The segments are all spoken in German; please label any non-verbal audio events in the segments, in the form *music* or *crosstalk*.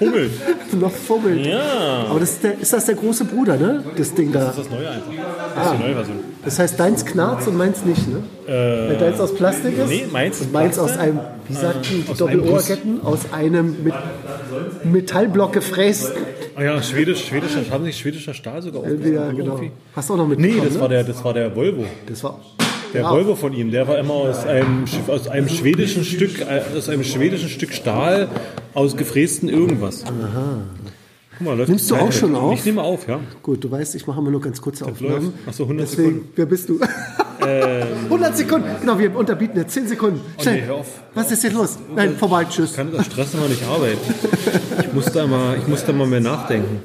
Hummel. *laughs* noch fummelt. Ja. Aber das ist, der, ist das der große Bruder, ne? Das Ding da. Das ist das Neue einfach. Das ist die neue Version. Das heißt, deins knarzt und meins nicht, ne? Weil deins aus Plastik ist? Äh, nee, meins ist Und meins aus Plastik. einem, wie sagt man, die aus einem Guss. Doppelohrketten? Aus einem mit Metallblock gefräst. Ah ja, schwedisch, schwedischer, haben sich schwedischer Stahl sogar Ja, aufgenommen, genau. ne? irgendwie. Hast du auch noch mit? Nee, das war der, das war der Volvo. Das war. Der Ja. Volvo von ihm, der war immer aus einem, Sch- aus einem schwedischen Stück, äh, aus einem schwedischen Stück Stahl aus gefrästen irgendwas. Aha. Guck mal, läuft Nimmst die du Zeit auch schon mit. auf? Ich nehme auf, ja. Gut, du weißt, ich mache immer nur ganz kurze Aufnahmen. läuft. Ach so, 100 Deswegen, Sekunden. wer bist *laughs* du? 100 Sekunden. Genau, wir unterbieten jetzt 10 Sekunden. Schnell. Oh, nee, hör auf. Was ist jetzt los? Nein, vorbei, tschüss. Ich kann unter Stress immer nicht arbeiten. Ich muss da mal, ich muss da mal mehr nachdenken.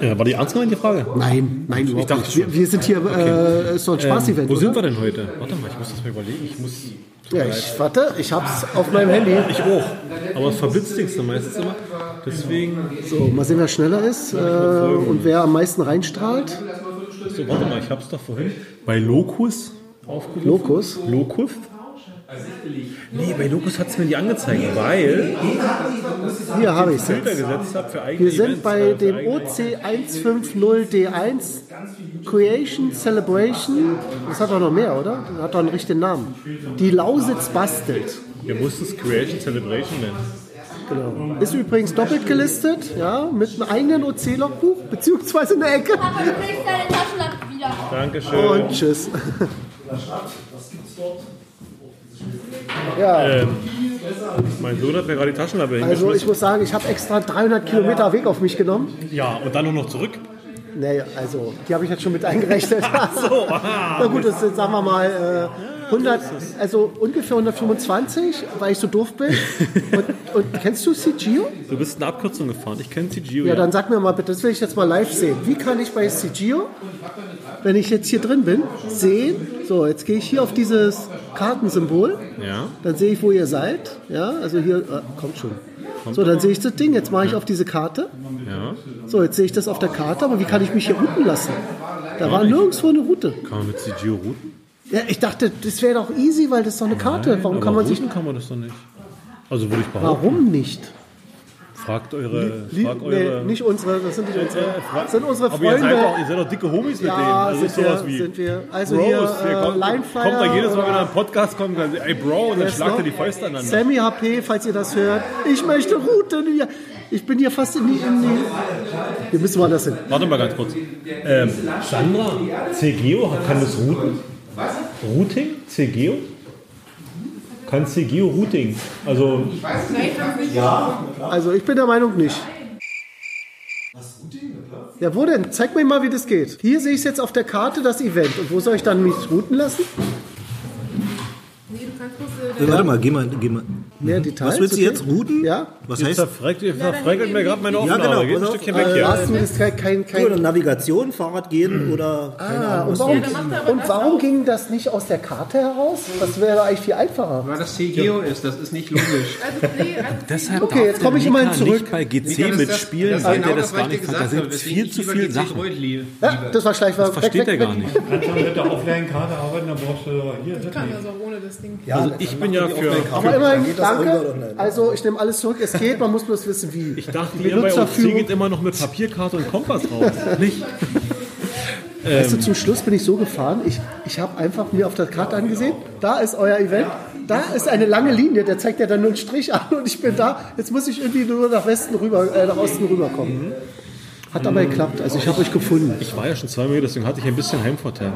Ja, war die ernst gemeint, die Frage? Nein, nein, überhaupt dachte nicht. schon. Ähm, Wir, wir sind hier, äh, es soll ein Spaß-Event. Wo oder? sind wir denn heute? Warte mal, ich muss das mir überlegen. Ich muss. Ja, ich warte, ich hab's auf meinem Handy. Ich auch. Aber es verblitzt nichts dann meistens immer. Deswegen. So, mal sehen, wer schneller ist äh, und wer am meisten reinstrahlt. So, warte mal, ich hab's doch vorhin. Bei Locus aufgerufen. Locus? Locus? Nee, bei Locus hat's mir nicht angezeigt, weil Hier habe ich ich Filter jetzt. gesetzt habe für eigene Wir sind Events, bei äh, für dem eigene- OC150D1 Creation Celebration. Das hat doch noch mehr, oder? Das hat doch einen richtigen Namen. Die Lausitz bastelt. Wir mussten es Creation Celebration nennen. Genau. Ist übrigens doppelt gelistet, ja, mit einem eigenen OC-Logbuch, beziehungsweise in der Ecke. Aber du kriegst deine Taschenlampe wieder. Dankeschön. Und tschüss. Ja. mein Sohn hat mir gerade die Taschenlampe Also hingeschmissen. ich muss sagen, ich habe extra 300 Kilometer Weg auf mich genommen. ja, und dann nur noch zurück. Nee, also die habe ich jetzt schon mit eingerechnet. Also, So, Na gut, das sind, sagen wir mal, äh, 100, also ungefähr 125, weil ich so doof bin. Und, und kennst du CGO? Du bist eine Abkürzung gefahren. Ich kenne CGO. Ja, dann sag mir mal bitte, das will ich jetzt mal live sehen. Wie kann ich bei CGO, wenn ich jetzt hier drin bin, sehen, so, jetzt gehe ich hier auf dieses Kartensymbol. Ja. Dann sehe ich, wo ihr seid. Ja, also hier, äh, kommt schon. So, dann sehe ich das Ding. Jetzt mache ich auf diese Karte. ja. So, jetzt sehe ich das auf der Karte, aber wie kann ich mich hier routen lassen? Da war nirgendwo eine Route. Kann man mit CGO routen? Ja, ich dachte, das wäre doch easy, weil das ist doch eine Karte. Warum kann man sich. routen kann man das doch nicht. Also würde ich behaupten. Warum nicht? Fragt eure. Lie- fragt eure nee, nicht unsere, das sind nicht unsere. Äh, fragt- Das sind unsere Aber ihr seid, doch, Freunde. ihr seid doch dicke Homies mit denen. Ja, Also sind ist sowas wir, wie sind wir. Also Bros, hier, ihr äh, kommt, Linefire kommt da jedes Mal, wenn oder- er in einen Podcast kommt, dann sagt, ey Bro, und dann Wer ist schlagt er noch? die Fäuste aneinander. Sammy HP, falls ihr das hört. Ich möchte Routen hier. Ich bin hier fast in die. In die wir müssen woanders hin. Warte mal ganz kurz. Ähm, Sandra, CGO hat- kann das routen? Routing? CGO? Kann CGO Routing? Also, Also ich bin der Meinung nicht. Ja, wo denn? Zeig mir mal, wie das geht. Hier sehe ich jetzt auf der Karte das Event. Und wo soll ich dann mich routen lassen? Äh, Warte mal, geh mal, geh mal. Mehr Details. Was willst du okay? jetzt routen? Ja. Was jetzt heißt verfragt ihr verfragt mir gerade meine Ja, Aufnahme. genau, Geht ein pass auf, Stückchen weg Äh, hier. hast du das kein, kein, oder kein Navigation, Fahrrad gehen oder keine Ah, Ahnung. und warum, und warum ging das nicht aus der Karte heraus? Das wäre eigentlich viel einfacher. Weil das CGO ist, das ist nicht logisch. Deshalb Okay, jetzt komme ich Mika immerhin zurück. Nicht bei GC das ist das- mitspielen, das ist weil genau der das, das was gar ich nicht dir kann. Da gesagt sind habe, deswegen viel ich zu lieber viele GC Sachen. Reut lieb- Ja, das war schlecht. Das versteht er gar nicht. Kannst du mit der Offline-Karte arbeiten, dann brauchst du doch hier. das nicht. Also ich bin ja für. Aber immerhin, das online danke. online. Also ich nehme alles zurück. Es geht, man muss bloß wissen, wie. Ich dachte, ihr bei uns Benutzerführung. geht immer noch mit Papierkarte und Kompass raus. Nicht? Weißt Ähm. du, zum Schluss bin ich so gefahren, ich, ich habe einfach mir auf der Karte angesehen, da ist euer Event, da ist eine lange Linie, der zeigt ja dann nur einen Strich an und ich bin da, jetzt muss ich irgendwie nur nach Westen rüber, äh, nach Osten rüberkommen. Hat aber geklappt, also ich habe euch gefunden. Mhm. Ich war ja schon zweimal hier, deswegen hatte ich ein bisschen Heimvorteil.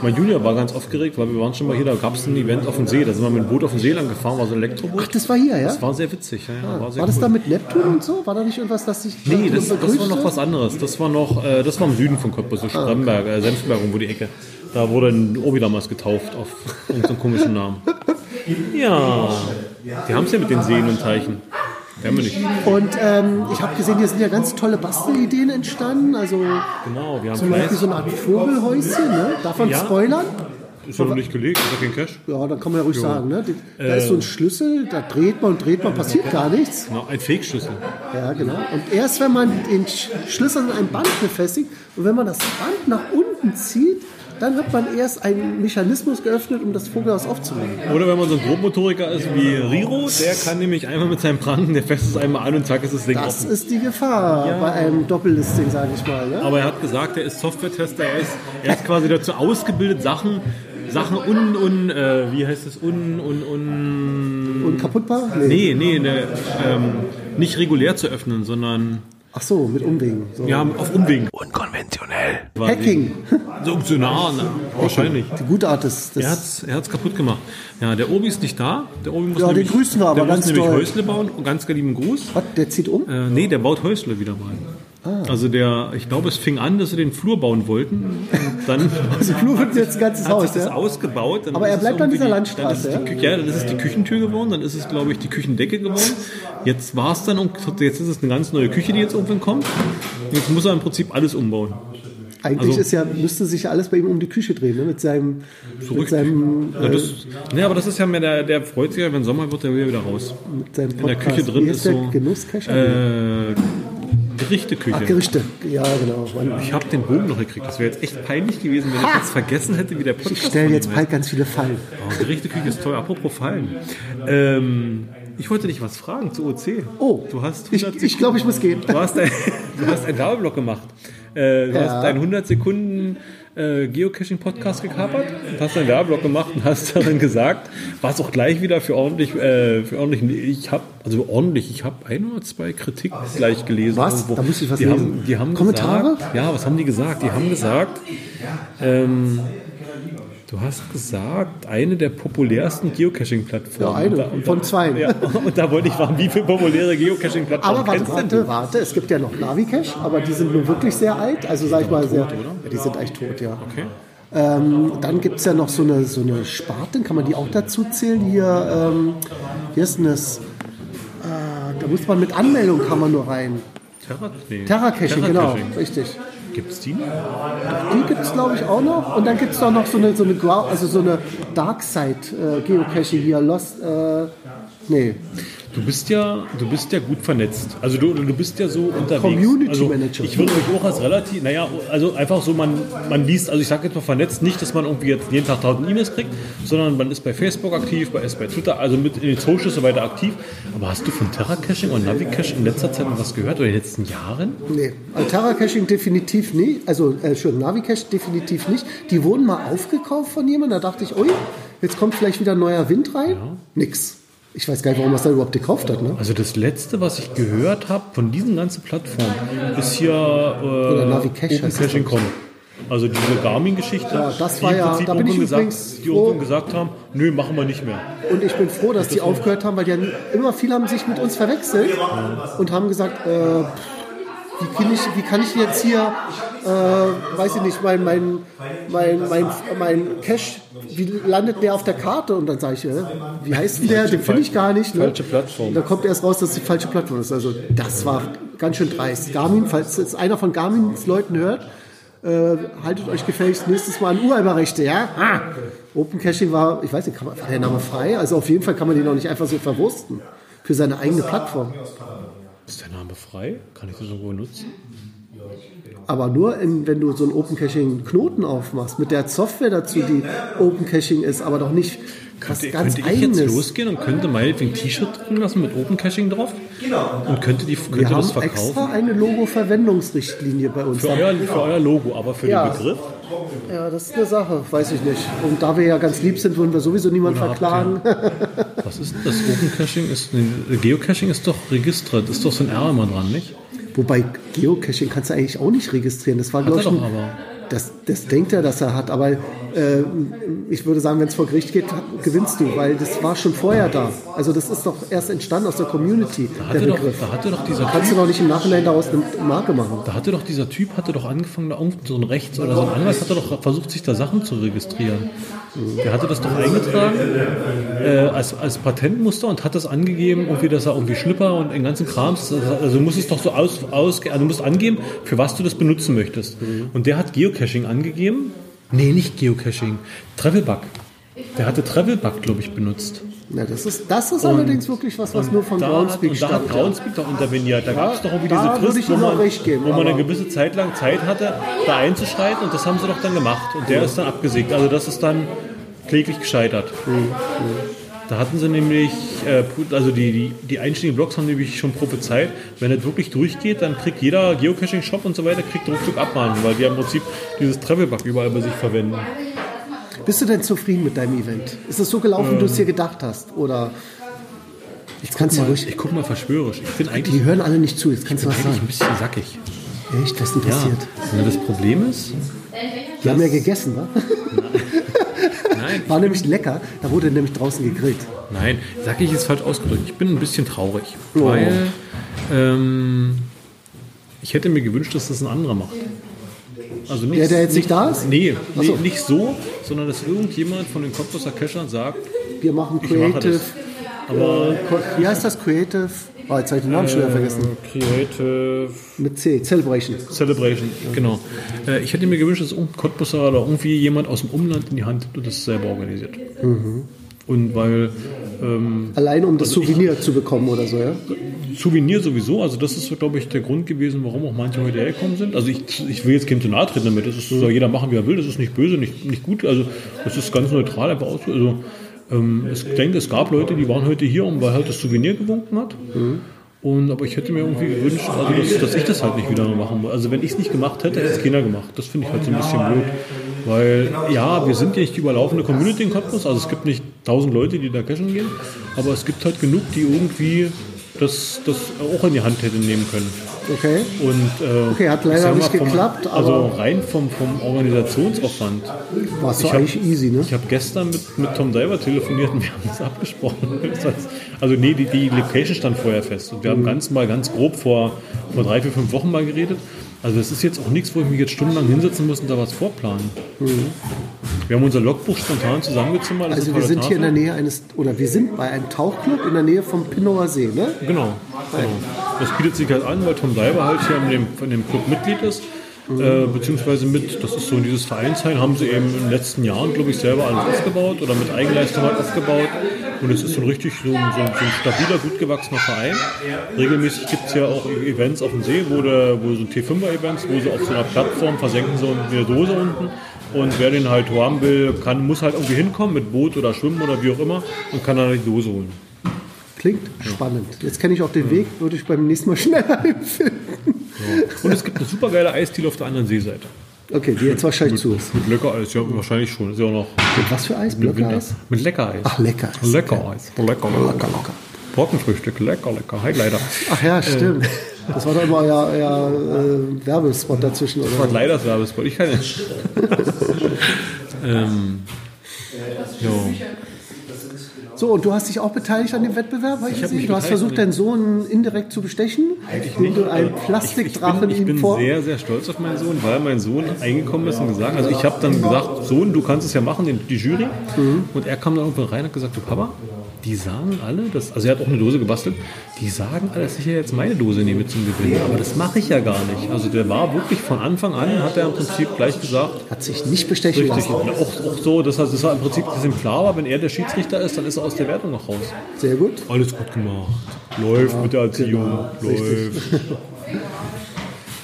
Mein Junior war ganz aufgeregt, weil wir waren schon mal hier, da gab es ein Event auf dem See. Da sind wir mit dem Boot auf dem See lang gefahren, war so ein Elektroboot. Ach, das war hier, ja? Das war sehr witzig. Ja, ja, war, sehr War das cool. da mit Neptun und so? War da nicht irgendwas, das sich Nee, das, so das war noch begrüßte? was anderes. Das war noch, äh, das war im Süden von Cottbus, Ah, so Stremberg, äh, Senftenberg irgendwo die Ecke. Da wurde ein Obi damals getauft auf irgendeinen komischen Namen. Ja, die haben es ja mit den Seen und Teichen. Werden wir nicht. Und ähm, ich habe gesehen, hier sind ja ganz tolle Bastelideen entstanden, also Genau, wir haben zum Beispiel Fleiß. so eine Art Vogelhäuschen, ne? Davon Ja. spoilern? Ist ja noch nicht gelegt, ist ja kein Cash. Ja, dann kann man ja ruhig sagen, ne? Da ist Äh. so ein Schlüssel, da dreht man und dreht man, passiert gar nichts. Genau, ein Fake-Schlüssel. Ja, genau. Und erst wenn man den Sch- Schlüssel an einem Band befestigt und wenn man das Band nach unten zieht, dann hat man erst einen Mechanismus geöffnet, um das Vogelhaus aufzumachen. Oder wenn man so ein Grobmotoriker ist wie Riro, der kann nämlich einfach mit seinem Pranken, der fässt es einmal an und zack ist das Ding Das offen. ist die Gefahr bei einem Doppellisting, sage ich mal. Ne? Aber er hat gesagt, er ist Software-Tester, er ist, er ist quasi dazu ausgebildet, Sachen, Sachen un, un, äh, wie heißt es, un, un, un, Und kaputtbar? Ähm, nee, nee, ne, ähm, nicht regulär zu öffnen, sondern Ach so, mit Umwegen. So. ja, auf Umwegen. Unkonventionell. Hacking. So, so nah, ne? wahrscheinlich. Die gute Art des, Er des hat's, er hat's kaputt gemacht. Ja, der Obi ist nicht da. Der Obi muss Ja, den nämlich, grüßen wir aber der ganz muss nämlich doll. Häusle bauen. Und ganz lieben Gruß. was, der zieht um? *laughs* Äh, nee, der baut Häusle wieder mal. Ah. Also der, ich glaube, es fing an, dass sie den Flur bauen wollten. Und *laughs* dann Also Flur wird jetzt ein ganzes hat sich Haus, das ja? ausgebaut. Dann Aber er ist es bleibt an irgendwie dieser die- Landstraße, Dann ist die, Kü- ja, dann ist es die Küchentür geworden, dann ist es, glaube ich, die Küchendecke geworden. Jetzt war es dann und jetzt ist es eine ganz neue Küche, die jetzt irgendwann kommt. Und jetzt muss er im Prinzip alles umbauen. Eigentlich also- ist ja, müsste sich ja alles bei ihm um die Küche drehen, ne? mit seinem, mit richtig. seinem, äh, Ja, das, ne, aber das ist ja mehr der, der freut sich ja, wenn Sommer wird, der will ja wieder raus. mit seinem In der Podcast. Küche drin Wie heißt ist der so Genussküche? äh, Gerichteküche. Ach, Gerichte. Ja, genau. Mann, Ich habe den Bogen noch gekriegt. Das wäre jetzt echt peinlich gewesen, wenn ich jetzt vergessen hätte, wie der Podcast Ich stelle von jetzt ihm bald ganz viele Fallen. heißt. Oh, Gerichteküche ist toll. Apropos Fallen. Ähm, ich wollte dich was fragen zu OC. Oh, du hast ich, 100 ich glaube, ich muss gehen. *laughs* Du hast, ein, *laughs* du hast einen Werbeblock gemacht. Äh, du Ja. hast einen 100 Sekunden äh, Geocaching-Podcast gekapert und hast einen Werbeblock gemacht und hast darin gesagt, warst auch gleich wieder für ordentlich, äh, für ordentlich, ich habe, also ordentlich, ich habe ein oder zwei Kritik gleich gelesen. Was? Da muss ich was die Haben, lesen. die haben Kommentare? Gesagt, ja, was haben die gesagt? Die haben gesagt, ähm, Du hast gesagt, eine der populärsten Geocaching-Plattformen. Ja, eine. Und da- und da- Von zwei. Ja, und da *laughs* wollte ich fragen, wie viele populäre Geocaching-Plattformen Aber warte, kennst denn du? warte, warte, es gibt ja noch Navicash, aber die sind nun wirklich sehr alt. Also sag ich mal sehr. Ja, die sind eigentlich tot, ja. Ähm, dann gibt es ja noch so eine, so eine Sparten, kann man die auch dazu zählen? Hier, ähm, hier ist denn das. Äh, da muss man mit Anmeldung kann man nur rein. Terra, nee. Terracaching, genau, Terracaching. richtig. Gibt's die? Die gibt es, glaube ich, auch noch. Und dann gibt es doch noch so eine, so eine, Grau- also so eine Darkside-Geocache hier, Lost. Äh, nee, Du bist ja, du bist ja gut vernetzt. Also du, du bist ja so unterwegs. Community also, Manager. Ich würde mich auch als relativ, naja, also einfach so, man, man liest, also ich sage jetzt mal vernetzt, nicht, dass man irgendwie jetzt jeden Tag 1000 E-Mails kriegt, sondern man ist bei Facebook aktiv, bei, ist bei Twitter, also mit in den Socials so weiter aktiv. Aber hast du von Terracaching und Navicache in letzter Zeit noch was gehört oder in den letzten Jahren? Nee, Altara Caching definitiv nicht. Also, äh, schon Navicash definitiv nicht. Die wurden mal aufgekauft von jemandem. Da dachte ich, ui, jetzt kommt vielleicht wieder neuer Wind rein. Nix. Ich weiß gar nicht, warum man es da überhaupt gekauft hat. Ne? Also das letzte, was ich gehört habe von diesen ganzen Plattformen, ist hier Navicache äh, heißt es, glaub OpenCaching.com. Also diese Garmin-Geschichte, Ja, das die war im ja- Prinzip da bin ich irgendwann übrigens gesagt, die froh. irgendwann gesagt haben, nö, machen wir nicht mehr. Und ich bin froh, dass die aufgehört haben, weil die haben immer viele haben sich mit uns verwechselt und haben gesagt, äh, wie kann ich, wie kann ich jetzt hier, äh, weiß ich nicht, mein, mein, mein, mein, mein Cash, wie landet der auf der Karte? Und dann sage ich, äh, wie heißt denn der? Den finde ich gar nicht. Ne? falsche Plattform. Da kommt erst raus, dass es die falsche Plattform ist. Also das war ganz schön dreist. Garmin, falls jetzt einer von Garmins Leuten hört, äh, haltet euch gefälligst nächstes Mal an Urheberrechte, ja? Ah! Open Caching war, ich weiß nicht, kann man, war der Name frei? Also auf jeden Fall kann man den auch nicht einfach so verwursten. Für seine eigene Plattform. Ist der Name frei? Kann ich das irgendwo nutzen? Aber nur, in, wenn du so einen Open Caching-Knoten aufmachst, mit der Software dazu, die Open Caching ist, aber doch nicht was Könnte, ganz könnte ich eigenes. jetzt losgehen und könnte meinetwegen ein T-Shirt drucken lassen mit OpenCaching drauf? Und könnte, die, könnte Wir haben das extra verkaufen? eine Logo-Verwendungsrichtlinie bei uns. Für euer, für euer Logo, aber für Ja. den Begriff? Ja, das ist eine Sache, weiß ich nicht. Und da wir ja ganz lieb sind, wollen wir sowieso niemanden Gute Art, verklagen. Was ist denn das? OpenCaching ist, nee, Geocaching ist doch registriert, ist doch so ein R immer dran, nicht? Wobei Geocaching kannst du eigentlich auch nicht registrieren. Das war, glaube ich, er doch ein- aber. Das, das denkt er, dass er hat. Aber äh, ich würde sagen, wenn es vor Gericht geht, gewinnst du, weil das war schon vorher da. Also das ist doch erst entstanden aus der Community, der Hatte doch, Begriff. da hatte doch dieser kannst du doch nicht im Nachhinein daraus eine Marke machen. Da hatte doch dieser Typ, hatte doch angefangen, da irgendein so ein Rechts- oder so ein Anwalt, hatte doch versucht, sich da Sachen zu registrieren. Der hatte das doch eingetragen äh, als, als Patentmuster und hat das angegeben, irgendwie, dass er irgendwie Schlipper und den ganzen Krams, also du musst es doch so aus, aus also du musst angeben, für was du das benutzen möchtest. Mhm. Und der hat Geocaching angegeben. Nee, nicht Geocaching. Travelbug. Der hatte Travelbug, glaube ich, benutzt. Na, das ist, das ist allerdings wirklich was, was nur von Da hat, Groundspeak und da hat stammt. ja. Groundspeak doch interveniert. Da gab es doch irgendwie da diese würde Frist, ich wo Ihnen man, auch recht geben, wo man eine aber- gewisse Zeit lang Zeit hatte, da einzuschreiten und das haben sie doch dann gemacht. Und der ist dann abgesägt. Also das ist dann kläglich gescheitert. Da hatten sie nämlich, äh, Pu- also die, die, die einstiegigen Blogs haben nämlich schon prophezeit, wenn das wirklich durchgeht, dann kriegt jeder Geocaching-Shop und so weiter, kriegt ruckzuck Abmahnung, weil die im Prinzip dieses Travelbug überall bei sich verwenden. Bist du denn zufrieden mit deinem Event? Ist es so gelaufen, wie du es dir gedacht hast? Oder jetzt kannst du ruhig. Ich Ähm. guck mal verschwörerisch. Ich bin eigentlich, Die hören alle nicht zu, jetzt kannst du was eigentlich ein sagen. bisschen sackig. Echt, was ist denn Ja. passiert? Und das Problem ist, Die haben ja gegessen, wa? nein, War nämlich lecker, da wurde nämlich draußen gegrillt. Nein, sag ich jetzt falsch ausgedrückt. Ich bin ein bisschen traurig, Oh. weil ähm, ich hätte mir gewünscht, dass das ein anderer macht. Also nicht, Der, der jetzt nicht da ist? Nee, nee so. nicht so, sondern dass irgendjemand von den Cottbusser Cachern sagt, Wir machen ich mache Creative. äh, das. Aber Äh. Co- Wie heißt das? Creative. Oh, jetzt habe ich den Namen schon wieder vergessen. Creative Mit C, Celebration. Celebration, genau. Äh, ich hätte mir gewünscht, dass irgendein Cottbusser oder irgendwie jemand aus dem Umland in die Hand nimmt und das selber organisiert. Mhm. Und weil ähm, Allein um das Souvenir zu bekommen oder so, ja? Souvenir sowieso, also das ist, glaube ich, der Grund gewesen, warum auch manche heute hergekommen sind. Also ich, ich will jetzt keinem zu nahe treten damit, das ist, soll jeder machen, wie er will, das ist nicht böse, nicht, nicht gut, also das ist ganz neutral, einfach aus. Also ähm, ich denke, es gab Leute, die waren heute hier, um, weil halt das Souvenir gewunken hat. Und, aber ich hätte mir irgendwie gewünscht, also dass, dass ich das halt nicht wieder machen muss. Also wenn ich es nicht gemacht hätte, hätte es keiner gemacht. Das finde ich halt so ein bisschen blöd. Weil, ja, wir sind ja nicht die überlaufende Community in Cottbus. Also es gibt nicht tausend Leute, die da cashen gehen. Aber es gibt halt genug, die irgendwie das, das auch in die Hand hätten nehmen können. Okay. Und, äh, Okay, hat ich leider sag mal, nicht vom, geklappt, aber- Also rein vom, vom Organisationsaufwand. War so Ich hab- eigentlich easy, ne? Ich habe gestern mit, mit Tom Diver telefoniert und wir haben uns abgesprochen. Das heißt, Also nee, die, die Location stand vorher fest. Und wir Mhm. haben ganz mal ganz grob vor, vor drei, vier, fünf Wochen mal geredet. Also es ist jetzt auch nichts, wo ich mich jetzt stundenlang hinsetzen muss und da was vorplanen. Wir haben unser Logbuch spontan zusammengezimmert. das Mhm. Also ist wir sind Tafel. hier in der Nähe eines, oder wir sind bei einem Tauchclub in der Nähe vom Pinnower See, ne? Genau. genau. Das bietet sich halt an, weil Tom Leiber halt hier in dem, in dem Club Mitglied ist. Äh, beziehungsweise mit, das ist so dieses Vereinsheim, haben sie eben in den letzten Jahren, glaube ich, selber alles aufgebaut oder mit Eigenleistung halt aufgebaut. Und es ist so ein richtig so ein, so ein, so ein stabiler, gut gewachsener Verein. Regelmäßig gibt es ja auch Events auf dem See, wo, der, wo so T5er-Events, wo sie auf so einer Plattform versenken so eine Dose unten. Und wer den halt haben will, kann, muss halt irgendwie hinkommen mit Boot oder Schwimmen oder wie auch immer und kann dann die Dose holen. Klingt spannend. Jetzt kenne ich auch den Weg, würde ich beim nächsten Mal *laughs* schneller empfehlen. Und es gibt eine super geile Eisdiele auf der anderen Seeseite. Okay, die jetzt wahrscheinlich zu ist. Mit Leckereis, ja, wahrscheinlich schon. Ist ja auch noch Mit was für Eis? Blöckereis? Mit Leckereis. Ach, Leckereis. Leckereis. Lecker, lecker, lecker. Trockenfrühstück, lecker, lecker. Highlighter. Ach Äh. ja, stimmt. Das war doch immer euer, euer äh, Werbespot dazwischen, Das oder? war leider das Werbespot. Ich kann nicht. ähm, jo. So, und du hast dich auch beteiligt an dem Wettbewerb, habe ich hab gesehen. mich Du hast beteiligt versucht, deinen Sohn indirekt zu bestechen. und einen Also Ich bin, Plastikdrachen ich ihm bin vor. sehr, sehr stolz auf meinen Sohn, weil mein Sohn eingekommen ist und gesagt also ich habe dann gesagt, Sohn, du kannst es ja machen, den- die Jury. Mhm. Und er kam dann irgendwann rein und hat gesagt, du Papa, die sagen alle, dass, also er hat auch eine Dose gebastelt, die sagen alle, dass ich ja jetzt meine Dose nehme zum Gewinnen. Aber das mache ich ja gar nicht. Also der war wirklich von Anfang an, hat er im Prinzip gleich gesagt, Hat sich nicht bestechen Richtig, lassen. auch, auch so, dass er, dass er im Prinzip dass ihm klar war, wenn er der Schiedsrichter ist, dann ist er aus der Wertung noch raus. Sehr gut. Alles gut gemacht. Läuft mit der Erziehung. genau. läuft.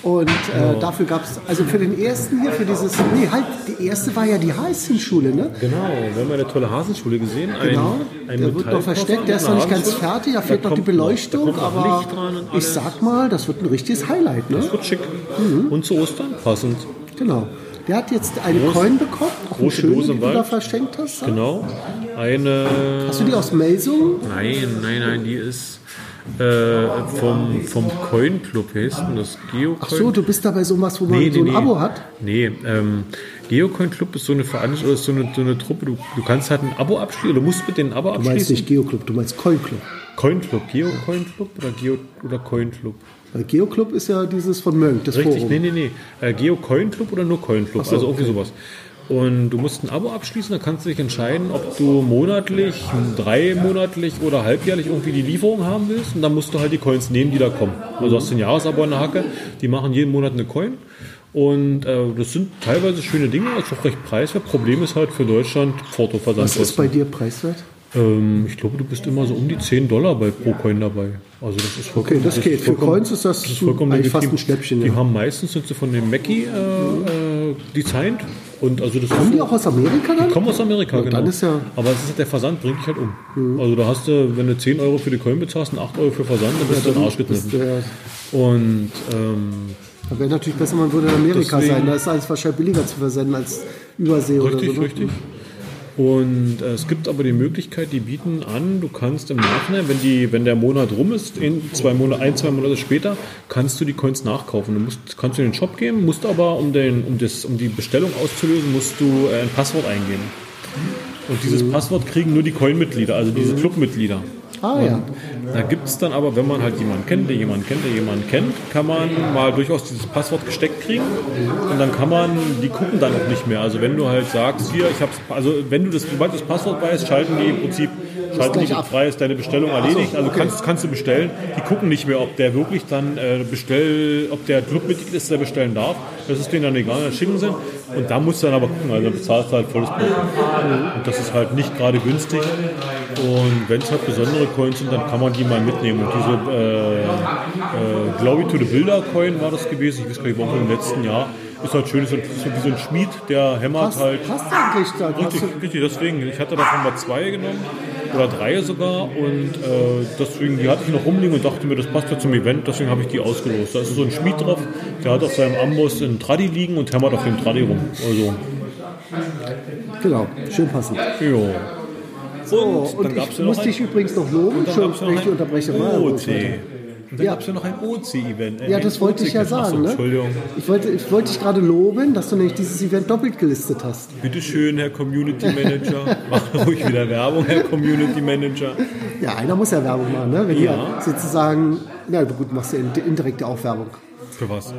Und äh, dafür gab es, also für den ersten hier, für dieses, nee, halt, die erste war ja die Heißenschule, ne? Genau, wir haben eine tolle Hasenschule gesehen. Ein, Genau, der ein wird noch Metallkoffer versteckt, mit der ist noch einer nicht ganz Hasenschule. fertig, da fehlt noch die kommt Beleuchtung, da kommt noch aber Licht dran und ich alles. sag mal, das wird ein richtiges Highlight, ne? Das wird schick. Mhm. Und zu Ostern passend. Genau. Der hat jetzt eine Coin bekommen, auch eine große schöne, Dose die im du da Wald. verschenkt hast. Genau. Eine. Hast du die aus Melsung? Nein, nein, nein, die ist äh, vom, vom Coin Club. Wie heißt denn das? Geocoin Ach so, du bist dabei so was, wo man so ein Abo hat. Nee, ähm, Geocoin Club ist so eine Veranstaltung, ist so eine, so eine Truppe. Du, du kannst halt ein Abo abschließen, du musst mit denen ein Abo Du meinst abschließen. nicht Geoclub, du meinst Coin Club. Coin Club, Geocoin Club oder Geo oder Coin Club? Weil Geoclub ist ja dieses von Mönk, das Richtig, Forum. nee, nee, nee. Äh, Geo Coin Club oder nur Coin Club, also irgendwie sowas. Und du musst ein Abo abschließen, dann kannst du dich entscheiden, ob du monatlich, dreimonatlich oder halbjährlich irgendwie die Lieferung haben willst. Und dann musst du halt die Coins nehmen, die da kommen. Also hast du ein Jahresabo an der Hacke, die machen jeden Monat eine Coin. Und äh, das sind teilweise schöne Dinge, ist auch recht preiswert. Problem ist halt für Deutschland Was ist Portoversandkosten. bei dir preiswert? Ähm, ich glaube, du bist immer so um die 10 Dollar bei ProCoin dabei. Also das ist vollkommen, Okay, das ist geht. Für vollkommen- Coins ist das vollkommen eigentlich legitim. fast ein Schnäppchen, Die ja. haben meistens sind sie von dem Mackie äh, äh, designed und also das Kommen ist die auch aus Amerika dann? die kommen aus Amerika, Ja, genau. dann ist ja- Mhm. Aber es ist halt der Versand bringt dich halt um. Also da hast du, wenn du 10 Euro für die Coin bezahlst und 8 Euro für Versand, dann bist du in den Arsch Das, gekniffen. äh, Und ähm, da wäre natürlich besser, man würde in Amerika Deswegen- sein. Da ist alles wahrscheinlich billiger zu versenden als Übersee Richtig, oder so. ne? richtig. Und äh, es gibt aber die Möglichkeit, die bieten an, du kannst im Nachhinein, wenn, die, wenn der Monat rum ist, in zwei Monate, ein, zwei Monate später, kannst du die Coins nachkaufen. Du musst, kannst in den Shop gehen, musst aber, um, den, um, das, um die Bestellung auszulösen, musst du äh, ein Passwort eingeben. Und dieses Passwort kriegen nur die Coin-Mitglieder, also diese Mhm. Club-Mitglieder. Ah ja. Da gibt es dann aber, wenn man halt jemanden kennt, der jemanden kennt, der jemanden kennt, kann man mal durchaus dieses Passwort gesteckt kriegen und dann kann man, die gucken dann auch nicht mehr. Also wenn du halt sagst, hier, ich hab's, also wenn du das, sobald du das Passwort weißt, schalten die im Prinzip, schalten die gleich ab. frei, ist deine Bestellung erledigt, also kannst, kannst du bestellen. Die gucken nicht mehr, ob der wirklich dann äh, bestell, ob der Clubmitglied ist, der bestellen darf. Das ist denen dann egal, dann schicken sie. Und da musst du dann aber gucken, also bezahlst du halt volles Buch. Und das ist halt nicht gerade günstig. Und wenn es halt besondere Coins sind, dann kann man die mal mitnehmen. Und diese äh, äh, Glory to the Builder Coin war das gewesen, ich weiß gar nicht, warum im letzten Jahr. Ist halt schön, ist so so wie so ein Schmied, der hämmert Passt, halt. passt eigentlich da. Richtig, richtig, deswegen. Ich hatte davon mal zwei genommen oder drei sogar und äh, deswegen, die hatte ich noch rumliegen und dachte mir, das passt ja zum Event, deswegen habe ich die ausgelost. Da ist so ein Schmied drauf, der hat auf seinem Amboss einen Traddy liegen und hämmert auf dem Traddy rum. Also, Genau, schön passend. jo. Oh, und ich muss dich übrigens noch loben. Schön, gab's noch wenn ich ein dich unterbreche. Mal ruhig weiter. Und dann Ja. gab's ja noch ein äh, OC-Event. Ja, das wollte ich ja sagen. Ne? Entschuldigung. Ich wollte, ich wollte dich gerade loben, dass du nämlich dieses Event doppelt gelistet hast. Bitte schön, Herr Community Manager. Mach ruhig wieder Werbung, Herr Community Manager. Ja, einer muss ja Werbung machen, ne? Wenn Ja. du sozusagen, na gut, machst du ja ind- indirekte auch Werbung. Für was?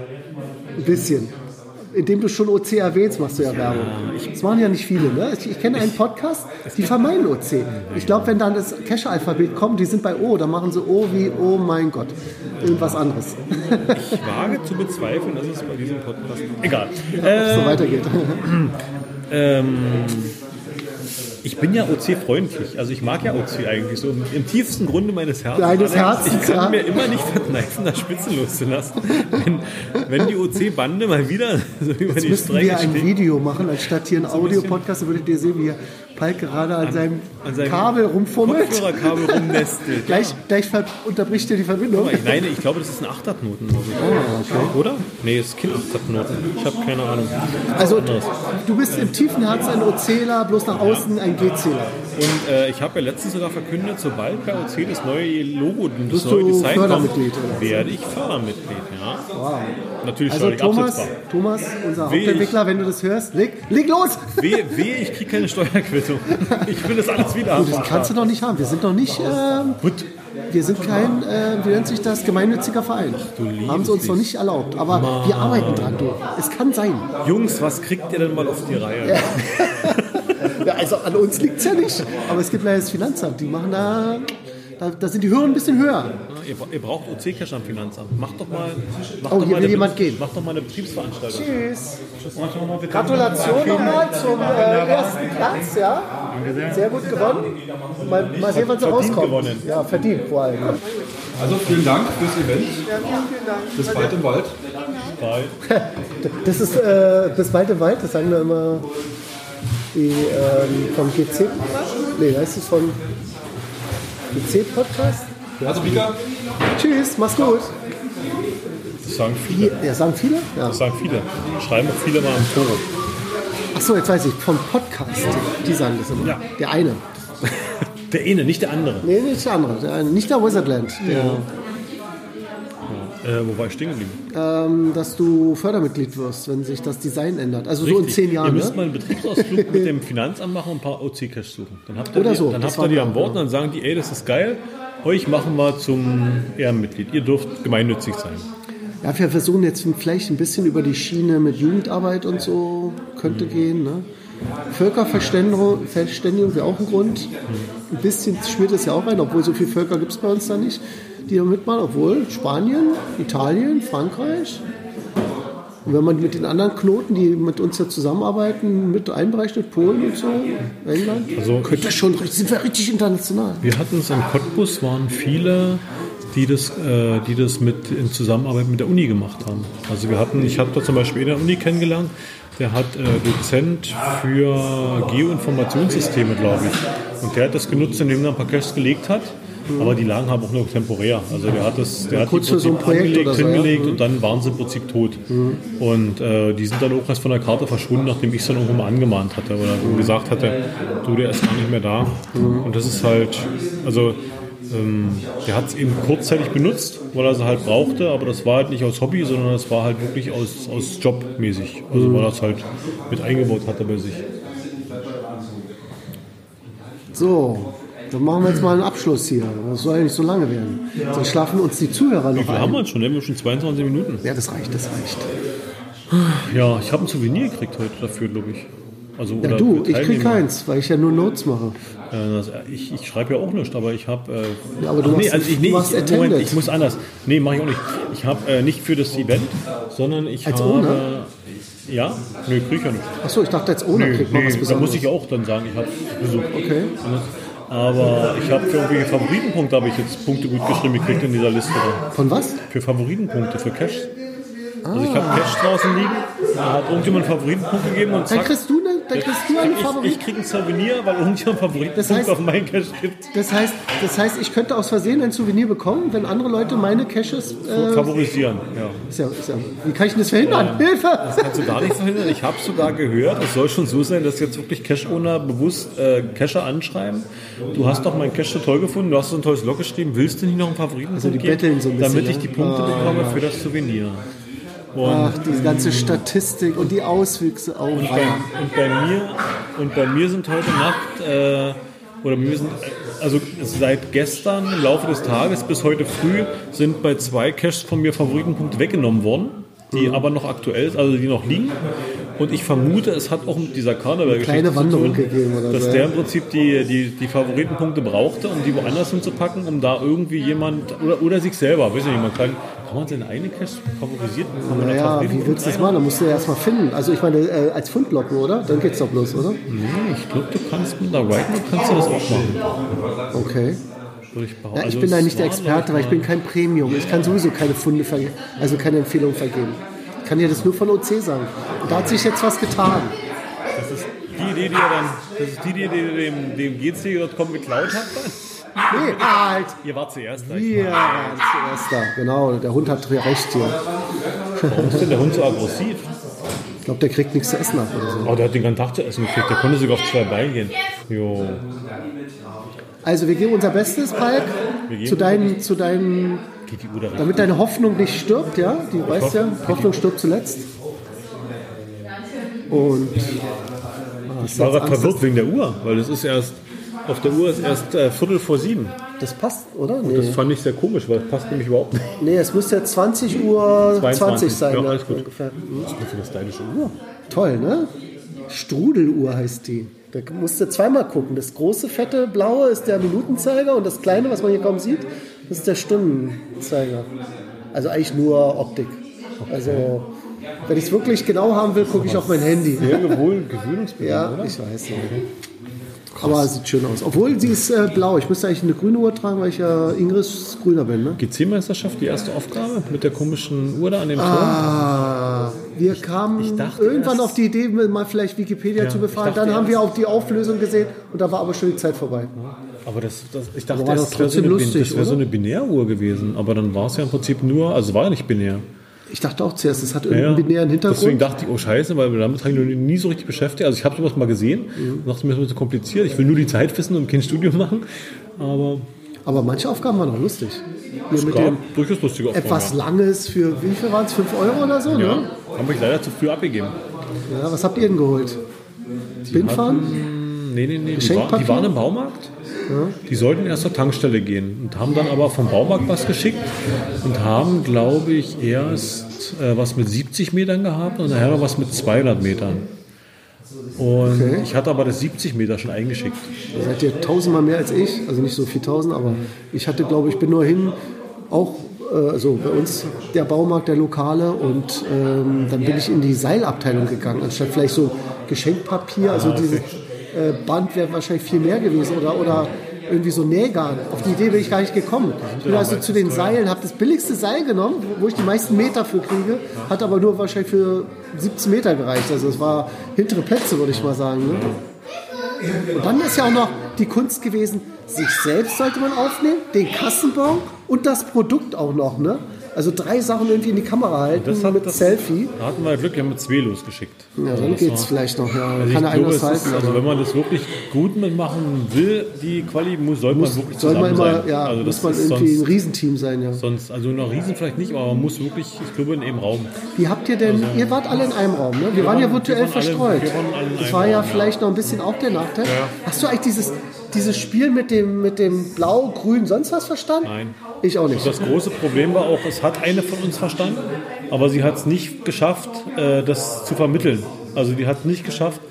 Ein bisschen. Indem du schon OC erwähnst, machst du ja, Werbung. Das machen ja nicht viele, ne? Ich, ich kenne einen Podcast, die vermeiden OC. Ich glaube, wenn dann das Cache-Alphabet kommt, die sind bei O, dann machen sie O wie, oh mein Gott. Irgendwas *laughs* anderes. Ich wage zu bezweifeln, dass es bei diesem Podcast. Egal. Äh, Ob so weitergeht. Ähm, ich bin ja OC-freundlich. Also ich mag ja OC eigentlich so. Im, im tiefsten Grunde meines Herzens. Deines Allerdings, Herzens, ich kann ja. mir immer nicht verkneifen, das Spitzen loszulassen. Wenn, wenn die OC-Bande mal wieder so über die Müssten wir Strecke ein steht. Video machen, anstatt hier einen Audio-Podcast, dann würdet ihr sehen, wie hier Palk gerade an, seinem, an seinem Kabel rumfummelt. Kopfhörerkabel rumnestelt. Gleich, gleich ver- unterbricht ihr die Verbindung. Guck mal, Nein, ich glaube, das ist ein Achtabnoten. Ah, Oder? Nee, es ist kein Achtabnoten. Ich habe keine Ahnung. Also anderes. du bist im tiefen Herzen ein OCler, bloß nach außen ein GCler. Und äh, ich habe ja letztens sogar verkündet, sobald bei OC das neue Logo, das Bist neue du Design Fördermitglied, oder? kommt, werde ich Fördermitglied. Ja. Natürlich Also also, ich Thomas, absetzbar. Thomas, unser Will ich. Hauptentwickler, wenn du das hörst, leg, leg los! Wehe, wehe, ich kriege keine Steuerquittung. *laughs* Ich will das alles wieder Gut, das kannst haben. du doch nicht haben. Wir sind doch nicht, ähm, Gut, wir sind kein, äh, wie nennt sich das, gemeinnütziger Verein. Haben sie uns noch nicht erlaubt. Aber wir arbeiten dran, du. Es kann sein. Jungs, was kriegt ihr denn mal auf die Reihe? Ja, also an uns liegt es ja nicht. Aber es gibt leider das Finanzamt, die machen da, da, da sind die Hürden ein bisschen höher. Ihr, bra- ihr braucht OC-Cash am Finanzamt. Macht doch mal, macht Oh, doch hier mal will eine, jemand gehen. Macht doch mal eine Betriebsveranstaltung. Tschüss. Gratulation nochmal zum äh, ersten Platz, ja. Sehr gut gewonnen. Mal, mal sehen, was da Verdient rauskommt. gewonnen. Ja, verdient vor allem. Also vielen Dank fürs Event. Bis bald im Wald. Weil Das ist äh, bis bald im Wald, das sagen wir immer die ähm, vom GC. Nee, heißt es vom GC Podcast? Also Pika, Tschüss, mach's gut. Das sagen viele. Die, ja, sagen viele? Ja. Das sagen viele. Schreiben auch viele mal im Forum. Achso, jetzt weiß ich, vom Podcast. Die sagen das immer. Ja. Der eine. Der eine, nicht der andere. Nee, nicht der andere. Der eine. Nicht der Wizardland. Der, Äh, wo war ich stehen geblieben? ähm, dass du Fördermitglied wirst, wenn sich das Design ändert. Also so in Richtig. zehn Ihr Jahren. müsst Ne? mal einen Betriebsausflug mit dem Finanzamt machen und ein paar OC-Cash suchen. Dann habt ihr Oder die, so, dann das habt ihr die war- am Wort und dann sagen die, ey, das ist geil. Euch machen wir zum Ehrenmitglied. Ihr dürft gemeinnützig sein. Ja, wir versuchen jetzt vielleicht ein bisschen über die Schiene mit Jugendarbeit und so könnte gehen. Ne? Völkerverständigung Verständigung wäre auch ein Grund. Ein bisschen schmiert es ja auch ein, obwohl so viele Völker gibt es bei uns da nicht, die da mitmachen. Obwohl Spanien, Italien, Frankreich. Und wenn man mit den anderen Knoten, die mit uns ja zusammenarbeiten, mit einberechnet, Polen und so, England, Also- könnte schon, sind wir richtig international. Wir hatten es in Cottbus, waren viele, die das, äh, die das mit, in Zusammenarbeit mit der Uni gemacht haben. Also wir hatten, ich habe da zum Beispiel in der Uni kennengelernt, der hat äh, Dozent für Geoinformationssysteme, glaube ich. Und der hat das genutzt, indem er ein paar Caches gelegt hat. Aber die lagen haben auch nur temporär. Also der hat das, der hat kurz die im für so ein Prinzip Projekt angelegt, oder so, ja. hingelegt und dann waren sie im Prinzip tot. Und äh, die sind dann auch erst von der Karte verschwunden, nachdem ich es dann irgendwann mal angemahnt hatte oder gesagt hatte, du, der ist gar nicht mehr da. Und das ist halt, also ähm, der hat es eben kurzzeitig benutzt, weil er es halt brauchte, aber das war halt nicht aus Hobby, sondern das war halt wirklich aus, aus Jobmäßig. Also weil er es halt mit eingebaut hatte bei sich. So, dann machen wir jetzt mal einen Abschluss hier. Das soll ja nicht so lange werden. Sonst schlafen uns die Zuhörer noch Wir haben ein. wir schon, ne? wir haben schon 22 Minuten. Ja, das reicht, das reicht. Ja, ich habe ein Souvenir gekriegt heute dafür, glaube ich. Also, Ja, oder du, für ich krieg Teilnehmer. keins, weil ich ja nur Notes mache. Äh, das- Ich, ich schreibe ja auch nichts, aber ich habe. Äh, Ja, aber du ach machst- ich, du machst ich, Moment, attended. ich muss anders. Nee, mache ich auch nicht. Ich habe äh, nicht für das Event, sondern ich Als habe. äh, ohne? Ja? Nö, krieg ich ja nicht. Achso, ich dachte, jetzt ohne Nö, kriegt man was nö, da Besonderes. muss ich ja auch dann sagen, ich habe besucht. Okay. Aber ich habe für irgendwelche Favoritenpunkte habe ich jetzt Punkte gut geschrieben gekriegt in dieser Liste. da. Von was? Für Favoritenpunkte, für Cash. Also ich habe Cash draußen liegen, da hat irgendjemand einen Favoritenpunkt gegeben Ah. und Dann zack. kriegst du, ne, dann kriegst du eine ich, ich Favorit. krieg ein Souvenir, weil irgendjemand einen Favoritenpunkt Das heißt- auf meinen Cash gibt. Das heißt, das heißt, ich könnte aus Versehen ein Souvenir bekommen, wenn andere Leute meine Caches. Äh, favorisieren. Ja. ist ja, ist ja, wie kann ich denn das verhindern? Hilfe! Kannst du gar nicht verhindern. Ich habe sogar gehört, es soll schon so sein, dass jetzt wirklich Cash-Owner bewusst äh, Cacher anschreiben. Du hast doch meinen Cash so toll gefunden, du hast so ein tolles Log geschrieben, willst du nicht noch einen Favoriten Also die betteln so ein bisschen, damit ich ja. die Punkte Ah, bekomme für das Souvenir. Und, Ach, die ganze Statistik und die Auswüchse. Oh, und, bei, weia. und, bei mir, und bei mir sind heute Nacht, äh, oder mir sind, äh, also seit gestern im Laufe des Tages bis heute früh sind bei zwei Caches von mir Favoritenpunkte weggenommen worden, die Mhm. aber noch aktuell, also die noch liegen. Und ich vermute, es hat auch mit dieser Karneval-Geschichte kleine zu tun, Wanderung gegeben oder dass so, der ja. im Prinzip die, die, die Favoritenpunkte brauchte, um die woanders hinzupacken, um da irgendwie jemand, oder, oder sich selber, weiß ich nicht, man kann, kann man seine eigene Cache favorisiert? Kann man da Naja, wie Favoritenpunkte willst du das rein- machen? Da musst du ja erstmal finden. Also ich meine, äh, als Fundlocken, oder? Dann geht's doch bloß, oder? Nee, ich glaube, du kannst mit einer Rightmove kannst du das auch machen. Okay. Würde ich behaupten. Ja, ich Also bin da es nicht der war, Experte, glaub weil ich bin kein Premium. Ich kann sowieso keine Funde vergeben, also keine Empfehlung vergeben. Ich kann dir das nur von OC sagen. Und da hat sich jetzt was getan. mal, Das ist die Idee, die er dann. Das ist die Idee, die er dem, dem GC.com geklaut hat. Nee, halt! Ihr wart zuerst da. Wir waren zuerst da. Genau, der Hund hat recht hier. Warum ist denn der Hund so aggressiv? Ich glaube, der kriegt nichts zu essen ab oder so. Oh, der hat den ganzen Tag zu essen gekriegt. Der konnte sogar auf zwei Beinen gehen. Jo. Also wir geben unser Bestes, Palk, geben zu deinen, zu deinen, Geht die Uhr da rein. damit deine Hoffnung nicht stirbt, ja? Du weißt ja, Hoffnung stirbt zuletzt. Und Ah, Ich hast du war jetzt gerade Angst, verwirrt wegen der Uhr, weil es ist erst. Auf der Uhr ist erst äh, Viertel vor sieben. dass- Das passt, oder? Nee. Das fand ich sehr komisch, weil das passt nämlich überhaupt nicht. Nee, es müsste ja 20 Uhr 20 22. sein. Ja, ne? alles gut. Ungefähr. Mhm. Das ist eine für das stylische Uhr. Toll, ne? Strudeluhr heißt die. Da musst du zweimal gucken. Das große, fette, blaue ist der Minutenzeiger und das kleine, was man hier kaum sieht, das ist der Stundenzeiger. Also eigentlich nur Optik. Also, wenn ich es wirklich genau haben will, gucke ich auf mein Handy. Sehr wohl gewöhnungsbedingt, Ja, oder? ich weiß. Ja. Aber sieht schön aus. Obwohl sie ist äh, blau. Ich müsste eigentlich eine grüne Uhr tragen, weil ich ja Ingris grüner bin. Ne? GC-Meisterschaft, die erste Aufgabe mit der komischen Uhr da an dem Tor. Ah, wir kamen dachte irgendwann erst- auf die Idee, mal vielleicht Wikipedia zu befahren. ich dachte Dann haben wir erst- auch die Auflösung gesehen und da war aber schon die Zeit vorbei. Aber das, das, ich dachte, Aber war das doch wäre so, trotzdem eine Bin- lustig, das wär so oder? eine Binäruhr gewesen. Aber dann war es ja im Prinzip nur, also war ja nicht binär. Ich dachte auch zuerst, es hat Ja. irgendeinen binären Hintergrund. Deswegen dachte ich, oh scheiße, weil damit habe ich noch nie- nie so richtig beschäftigt. Also ich habe sowas mal gesehen Mhm. und dachte mir, das ist ein bisschen kompliziert. Ich will nur die Zeit wissen und kein Studium machen. Aber aber manche Aufgaben waren auch lustig. Hier mit klar, dem durchaus lustige Aufgaben. etwas Langes für, wie viel waren es? 5 Euro oder so? ja. ja, Ne? habe ich leider zu früh abgegeben. ja. Was habt ihr denn geholt? Bindfahren? Nee, nee, nee, die, Geschenkpapier? waren- die waren im Baumarkt. Die sollten erst zur Tankstelle gehen und haben dann aber vom Baumarkt was geschickt und haben, glaube ich, erst äh, was mit 70 Metern gehabt und nachher noch was mit 200 Metern. Und Okay. ich hatte aber das 70 Meter schon eingeschickt. Da seid ihr tausendmal mehr als ich. Also nicht so viel tausend, aber ich hatte, glaube ich, bin nur hin, auch äh, also bei uns der Baumarkt, der Lokale und ähm, dann bin ich in die Seilabteilung gegangen, anstatt vielleicht so Geschenkpapier, also dieses äh, Band wäre wahrscheinlich viel mehr gewesen oder, oder irgendwie so Nähgarn. Auf die Idee bin ich gar nicht gekommen. Ich bin also zu den Seilen, habe das billigste Seil genommen, wo ich die meisten Meter für kriege, hat aber nur wahrscheinlich für 17 Meter gereicht. Also es war hintere Plätze, würde ich mal sagen. Ne? Und dann ist ja auch noch die Kunst gewesen, sich selbst sollte man aufnehmen, den Kassenbon und das Produkt auch noch, ne? Also drei Sachen irgendwie in die Kamera halten Das hat- mit das- Selfie. Da hatten wir Glück, wir haben mit zwei losgeschickt. Ja, dann das geht's war- vielleicht noch, ja. Also Kann ich ja glaube, einer es halten. ist, also aber wenn man das wirklich gut mitmachen will, die Quali, muss, sollte man wirklich Soll man zusammen immer, sein. ja, also muss das man ist irgendwie ein sonst, Riesenteam sein, ja. sonst, also noch Riesen vielleicht nicht, aber man muss wirklich, ich glaube, in einem Raum. Wie habt ihr denn, ihr wart alle in einem Raum, ne? Wir, waren ja waren- virtuell Also- wir waren alle- verstreut. wir waren alle in das einem war ja Raum, ja. vielleicht noch ein bisschen auch der Nachteil. Hast du eigentlich dieses, dieses Spiel mit dem, mit dem Blau, Grün, sonst was verstanden? Nein. Ich auch nicht. Das große Problem war auch, es hat eine von uns verstanden, aber sie hat es nicht geschafft, äh, das zu vermitteln. Also die hat nicht geschafft,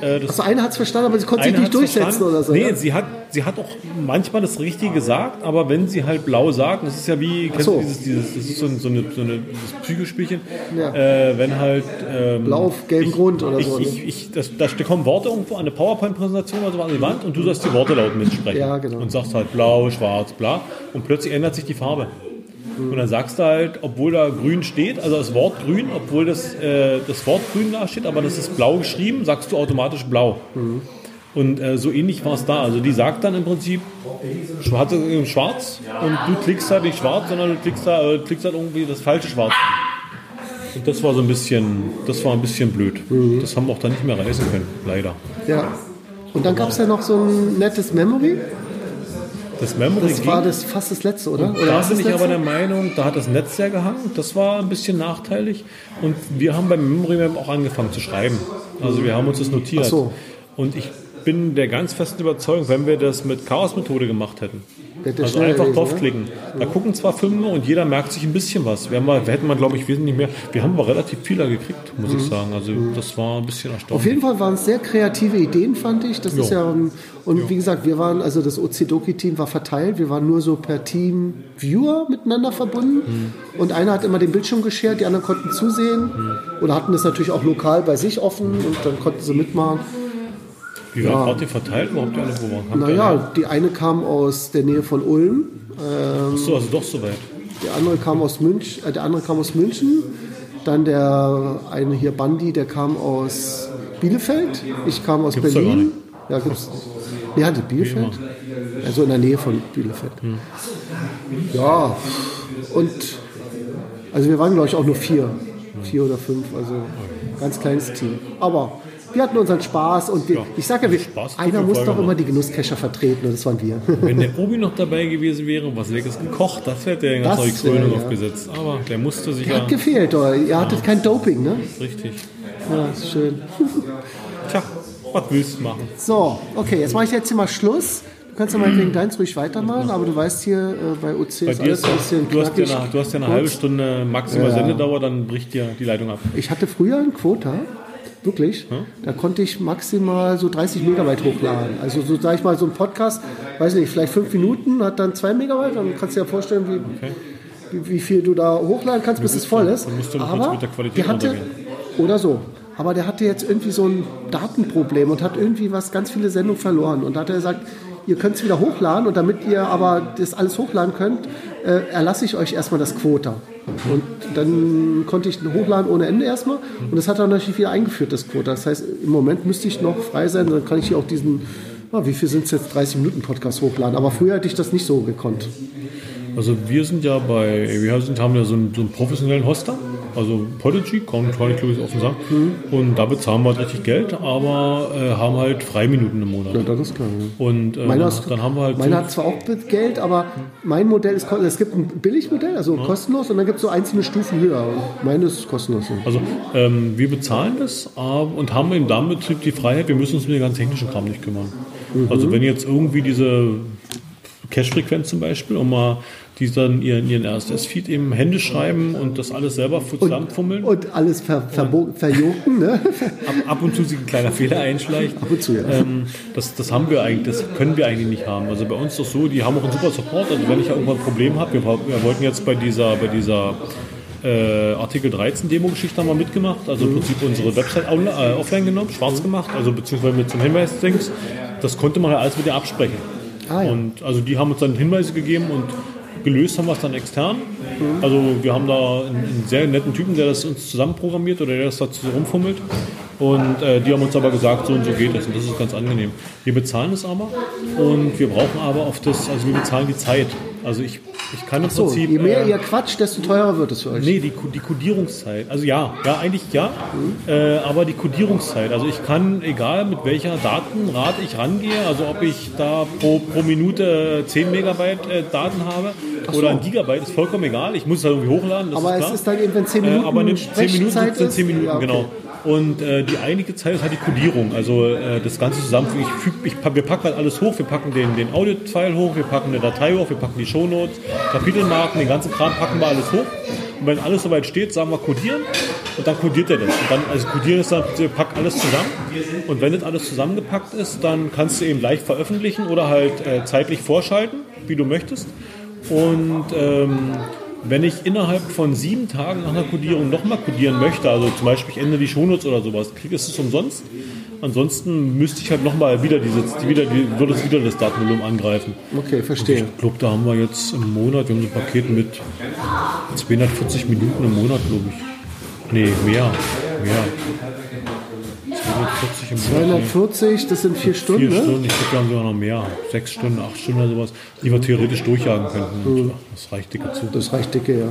äh, das Also eine hat es verstanden, aber sie konnte sich Eine nicht hat's durchsetzen verstanden. oder so. Nee, ne? sie hat, sie hat auch manchmal das Richtige gesagt, aber wenn sie halt blau sagt, das ist ja wie, kennst so. du dieses, dieses, das ist so, ein- so eine, so eine dieses Psychospielchen, Ja. äh, wenn halt... Ähm, Blau auf gelbem Grund oder ich, so, ne? Ich, ich, das, da ste- kommen Worte irgendwo an eine PowerPoint-Präsentation oder so an die Wand und du sollst die Worte laut mitsprechen. Ja, genau. Und sagst halt blau, schwarz, bla und plötzlich ändert sich die Farbe. Hm. Und dann sagst du halt, obwohl da grün steht, also das Wort grün, obwohl das, äh, das Wort grün da steht, aber das ist blau geschrieben, sagst du automatisch blau. Hm. Und äh, so ähnlich war es da. Also die sagt dann im Prinzip, schwarz ist irgendwie schwarz und du klickst halt nicht schwarz, sondern du klickst da, äh, klickst halt irgendwie das falsche Schwarz. an. Und das war so ein bisschen, das war ein bisschen blöd. Mhm. Das haben wir auch dann nicht mehr reißen können, leider. Ja. Und dann gab es ja noch so ein nettes Memory. Das Memory Das war ging- das fast das letzte, oder? oder Da was bin ist ich aber letzte? der Meinung, da hat das Netz sehr gehangen. Das war ein bisschen nachteilig. Und wir haben beim Memory Map auch angefangen zu schreiben. Also wir haben uns das notiert. Ach so. Und ich bin der ganz festen Überzeugung, wenn wir das mit Chaos-Methode gemacht hätten, Hätte also schneller einfach gewesen, ne? draufklicken. Da gucken zwar Filme und jeder merkt sich ein bisschen was. Wir, haben mal, wir hätten mal, glaube ich, wesentlich mehr. Wir haben aber relativ vieler gekriegt, muss Mhm. ich sagen. Also das war ein bisschen Auf erstaunlich. jeden Fall waren es sehr kreative Ideen, fand ich. Das ist ja ähm, und wie gesagt, wir waren also das Ozidoki-Team war verteilt. Wir waren nur so per Team Viewer miteinander verbunden Hm. und einer hat immer den Bildschirm geschert, die anderen konnten zusehen oder hatten das natürlich auch lokal bei sich offen und dann konnten sie mitmachen. Wie war wart ihr verteilt? Wo habt ihr alle wo waren? Habt ihr alle- Naja, die eine kam aus der Nähe von Ulm, ähm, Ach so, also doch soweit. Der andere kam aus München, äh, der andere kam aus München. Dann der eine hier Bandi, der kam aus Bielefeld. Ich kam aus Gibt's da gar Berlin. nicht. Ja, gibt's. Nee, hatte Bielefeld. Also in der Nähe von Bielefeld. Hm. Ja. Und also wir waren glaube ich auch nur vier. Vier oder fünf, also ganz kleines Team. Aber wir hatten unseren Spaß und wir, ich sage ja, wir, Spaß hat einer die muss Folge doch immer gemacht. die Genusscacher vertreten und das waren wir. Wenn der Obi noch dabei gewesen wäre, was Leckeres gekocht, das hätte er ganz Das neue Krönung wäre, ja. aufgesetzt. Aber der musste sich Hat ja. *laughs* gefehlt, oder? Ihr hattet kein Doping, ne? Richtig. Ja, ist schön. *laughs* Tja, was willst du machen? So, okay, jetzt mache ich jetzt hier mal Schluss. Du kannst ja mal wegen deins ruhig weitermachen, aber du weißt hier, äh, bei OC Bei ist dir alles ist ein das, bisschen du, hast ja knackig. eine, du hast ja eine kurz. halbe Stunde maximal Ja. Sendedauer, dann bricht dir die Leitung ab. Ich hatte früher ein Quota, wirklich. Hm? Da konnte ich maximal so 30 Megabyte hochladen. Also so sage ich mal, so ein Podcast, weiß nicht, vielleicht fünf Minuten, hat dann zwei Megabyte. Dann kannst du dir ja vorstellen, wie, wie, wie viel du da hochladen kannst, bis es voll ist. dann musst du kurz Aber mit der Qualität der hatte, runtergehen. oder so. Aber der hatte jetzt irgendwie so ein Datenproblem und hat irgendwie was ganz viele Sendungen verloren. Und da hat er gesagt, ihr könnt es wieder hochladen und damit ihr aber das alles hochladen könnt, äh, erlasse ich euch erstmal das Quota. Und dann konnte ich hochladen ohne Ende erstmal. Und das hat er natürlich wieder eingeführt, das Quota. Das heißt, im Moment müsste ich noch frei sein, dann kann ich hier auch diesen, ah, wie viel sind es jetzt, 30 Minuten Podcast hochladen. Aber früher hätte ich das nicht so gekonnt. Also wir sind ja bei, wir sind, haben ja so einen, so einen professionellen Hoster, also Podigy, kann, kann ich glaube ich offen sagen. Mhm. Und da bezahlen wir halt richtig Geld, aber äh, haben halt Freiminuten im Monat. Ja, das ist klar. Ja. Und äh, Meiner, ist, dann haben wir halt meiner so- hat zwar auch Geld, aber mein Modell ist, kost- es gibt ein Billigmodell, also kostenlos, und dann gibt es so einzelne Stufen höher. Und Meine ist kostenlos. ja. Also ähm, wir bezahlen das äh, und haben im Mhm. Damenbetrieb die Freiheit, wir müssen uns um den ganzen technischen Kram nicht kümmern. Also wenn jetzt irgendwie diese Cache-Frequenz zum Beispiel, um mal die dann ihren, ihren RSS-Feed eben Hände schreiben und das alles selber zusammenfummeln. Und alles ver, verbo- verjoken, ne? *laughs* ab, ab und zu sich ein kleiner Fehler einschleicht. Ab und zu, ja. Ähm, das, das haben wir eigentlich, das können wir eigentlich nicht haben. Also bei uns ist das so, die haben auch einen super Support. Also wenn ich ja irgendwann ein Problem habe, wir, wir wollten jetzt bei dieser, bei dieser äh, Artikel 13 Demo-Geschichte haben wir mitgemacht, also im Prinzip unsere Website onli- äh, offline genommen, schwarz gemacht, also beziehungsweise mit so einem Hinweis-Dings. Das konnte man ja alles mit der absprechen. Ah, ja. Und also die haben uns dann Hinweise gegeben und gelöst haben wir es dann extern. Mhm. Also wir haben da einen, einen sehr netten Typen, der das uns zusammenprogrammiert oder der das dazu rumfummelt. Und äh, die haben uns aber gesagt, so und so geht es. Und das ist ganz angenehm. Wir bezahlen es aber und wir brauchen aber auf das, also wir bezahlen die Zeit. Also ich, ich kann im So, Prinzip. je mehr äh, ihr quatscht, desto teurer wird es für euch. Nee, die, Ko- die Kodierungszeit. Also ja, ja, eigentlich ja. Äh, aber die Kodierungszeit. Also ich kann, egal mit welcher Datenrate ich rangehe, also ob ich da pro, pro Minute äh, 10 Megabyte äh, Daten habe oder ein Gigabyte, ist vollkommen egal. Ich muss es halt irgendwie hochladen. Das Aber ist es klar. ist dann eben, wenn 10 Minuten äh, aber nimmt 10 Minuten Sprechzeit sind ist? 10 Minuten, Ja, okay. genau. Und äh, die einige Zeit ist halt die Codierung, also äh, das Ganze zusammen. Ich füg, ich, pack- wir packen halt alles hoch, wir packen den, den Audio-File hoch, wir packen eine Datei hoch, wir packen die Shownotes, Kapitelmarken, den ganzen Kram packen wir alles hoch. Und wenn alles soweit steht, sagen wir codieren und dann codiert er das. Und dann, also codieren ist dann, wir packen alles zusammen und wenn das alles zusammengepackt ist, dann kannst du eben leicht veröffentlichen oder halt äh, zeitlich vorschalten, wie du möchtest. Und ähm, wenn ich innerhalb von sieben Tagen nach einer Codierung nochmal codieren möchte, also zum Beispiel ich ändere die Shownotes oder sowas, kriege ich es umsonst. Ansonsten müsste ich halt nochmal wieder dieses, die- wieder, die, würde es wieder das Datenvolumen angreifen. Okay, verstehe. Ich glaube, da haben wir jetzt im Monat, wir haben so ein Paket mit 240 Minuten im Monat, glaube ich. Nee, mehr. Mehr. 240 im Monat. nee. 240, das sind vier Stunden, Vier ne? Stunden, ich glaube, wir haben sogar noch mehr. Sechs Stunden, acht Stunden oder sowas, die wir theoretisch durchjagen könnten. Das reicht dicke zu. Das reicht dicke, ja.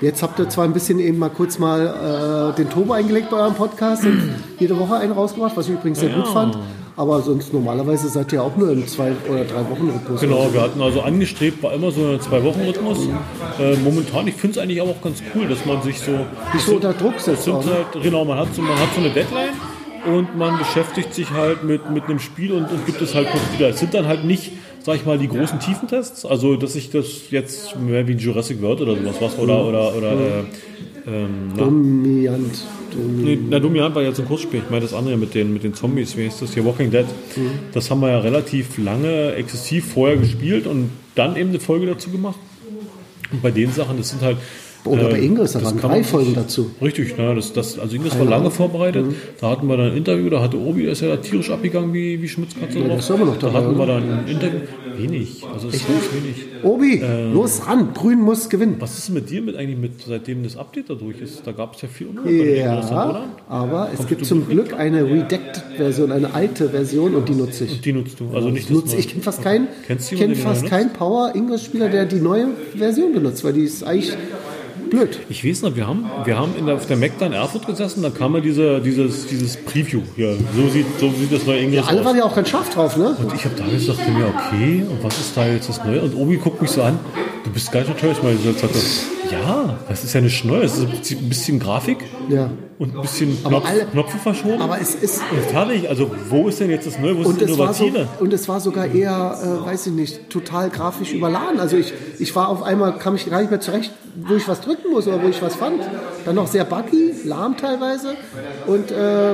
Jetzt habt ihr zwar ein bisschen eben mal kurz mal äh, den Turbo eingelegt bei eurem Podcast *clears throat* und jede Woche einen rausgebracht, was ich übrigens sehr gut fand. Aber sonst normalerweise seid ihr auch nur im zwei oder drei Wochen Rhythmus. Genau, wir hatten also angestrebt, war immer so ein Zwei-Wochen-Rhythmus. Äh, momentan, ich finde es eigentlich aber auch ganz cool, dass man sich so. Nicht so unter Druck setzt. Auch, Sind ne? halt, genau, man hat, so, man hat so eine Deadline und man beschäftigt sich halt mit, mit einem Spiel und, und gibt es halt kurz wieder. Es sind dann halt nicht, sag ich mal, die großen Tiefentests, also dass ich das jetzt mehr wie Jurassic World oder sowas was oder oder oder äh, ähm, na, Dominant. Dominant. Nee, na, Domian war jetzt ein Kurzspiel. Ich meine das andere mit den, mit den Zombies. Wie heißt das hier? Walking Dead. Mhm. Das haben wir ja relativ lange exzessiv vorher gespielt und dann eben eine Folge dazu gemacht. Und bei den Sachen, das sind halt. Oder bei Ingress, da das waren kann man drei Folgen sich- dazu. Mhm. Richtig, ne, das, das, also Ingress war lange vorbereitet. Da hatten wir dann ein Interview, da hatte Obi, der ist ja da tierisch abgegangen wie, wie Schmutzkatze. drauf. ist immer noch da dabei, hatten wir oder? dann ein Interview. Wenig, also es ist ganz wenig. Obi, Ähm. los ran, Grün muss gewinnen. Was ist denn mit dir mit eigentlich mit, seitdem das Update da durch ist? Da gab es ja viel Unruhe bei den Ingress, Ja, aber es gibt zum Glück eine Redacted-Version, eine alte Version und die nutze ich. Die nutzt du, also nicht das nutze Neue. ich kenne fast keinen, Kennst du kenn jemanden, der die fast nutzt? keinen Power Ingress Spieler, der die neue Version benutzt, weil die ist eigentlich blöd. Ich weiß noch, wir haben, wir haben in der, auf der Mac da in Erfurt gesessen, da kam ja diese, dieses, dieses Preview hier. So sieht, so sieht das neue Englisch Alle aus. waren ja auch ganz scharf drauf, ne? Und ich habe da gesagt, dachte mir, okay, und was ist da jetzt das Neue? Und Obi guckt mich so an, du bist gar nicht so teuer. Ich meine, jetzt hat er, ja, das ist ja nichts Neues. Das ist im Prinzip ein bisschen Grafik Ja. und ein bisschen Aber Knopf, alle- Knöpfe verschoben. Aber es ist und fertig, also wo ist denn jetzt das Neue, wo ist und das es, war so, Innovative? und es war sogar eher, äh, weiß ich nicht, total grafisch überladen. Also ich, ich war auf einmal, kam ich gar nicht mehr zurecht, wo ich was drücken muss oder wo ich was fand. Dann noch sehr buggy, lahm teilweise. Und äh,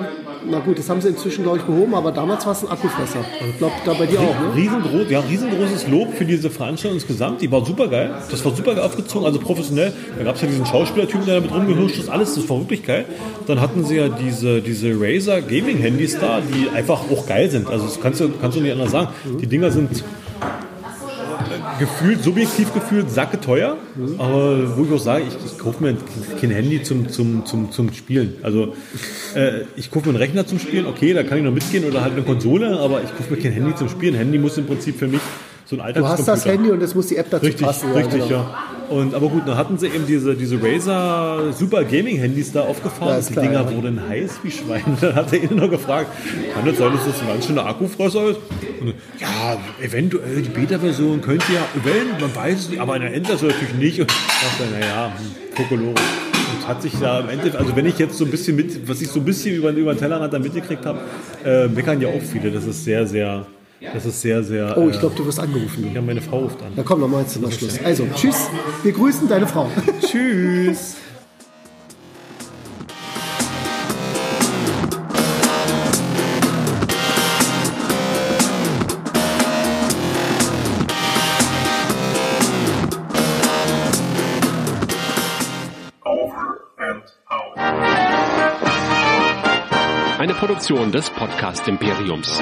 na gut, das haben sie inzwischen, glaube ich, behoben, aber damals war es ein Akkufresser. Also Ich glaube, da bei dir auch, ne? Riesengro ja, riesengroßes Lob für diese Veranstaltung insgesamt. Die war super geil. Das war super aufgezogen, also professionell. Da gab es ja diesen Schauspielertypen, der damit rumgehirscht ist. Alles, das war wirklich geil. Dann hatten sie ja diese, diese Razer Gaming Handys da, die einfach auch geil sind. Also das kannst du, kannst du nicht anders sagen. Die Dinger sind gefühlt, subjektiv gefühlt, sacke teuer. Aber wo ich auch sage, ich, ich kaufe mir kein Handy zum, zum, zum, zum Spielen. Also äh, ich kaufe mir einen Rechner zum Spielen, okay, da kann ich noch mitgehen oder halt eine Konsole, aber ich kaufe mir kein Handy zum Spielen. Handy muss im Prinzip für mich so ein Du hast Alltagscomputer. das Handy und es muss die App dazu Richtig, passen. richtig, genau. ja. Und, aber gut, dann hatten sie eben diese, diese Razer Super Gaming Handys da Ja, aufgefahren. ist die klar, Dinger ja. wurden heiß wie Schweine. *laughs* Dann hat der innen noch gefragt, kann das sein, dass das ein ganz schöner Akkufresser ist? Und, ja, eventuell die Beta-Version könnte ja, wenn, man weiß es nicht, aber in der Endversion natürlich nicht. Und ich dachte, naja, Kokolore. Und hat sich da im Endeffekt, also wenn ich jetzt so ein bisschen mit, was ich so ein bisschen über, über den Tellerrand da mitgekriegt habe, äh, meckern ja auch viele, dass es sehr, sehr Das ist sehr, sehr. Oh, ich äh, glaube, du wirst angerufen. Ja, meine Frau ruft an. Na komm, nochmal zum Schluss. Also, tschüss. Wir grüßen deine Frau. Tschüss. Eine Produktion des Podcast Imperiums.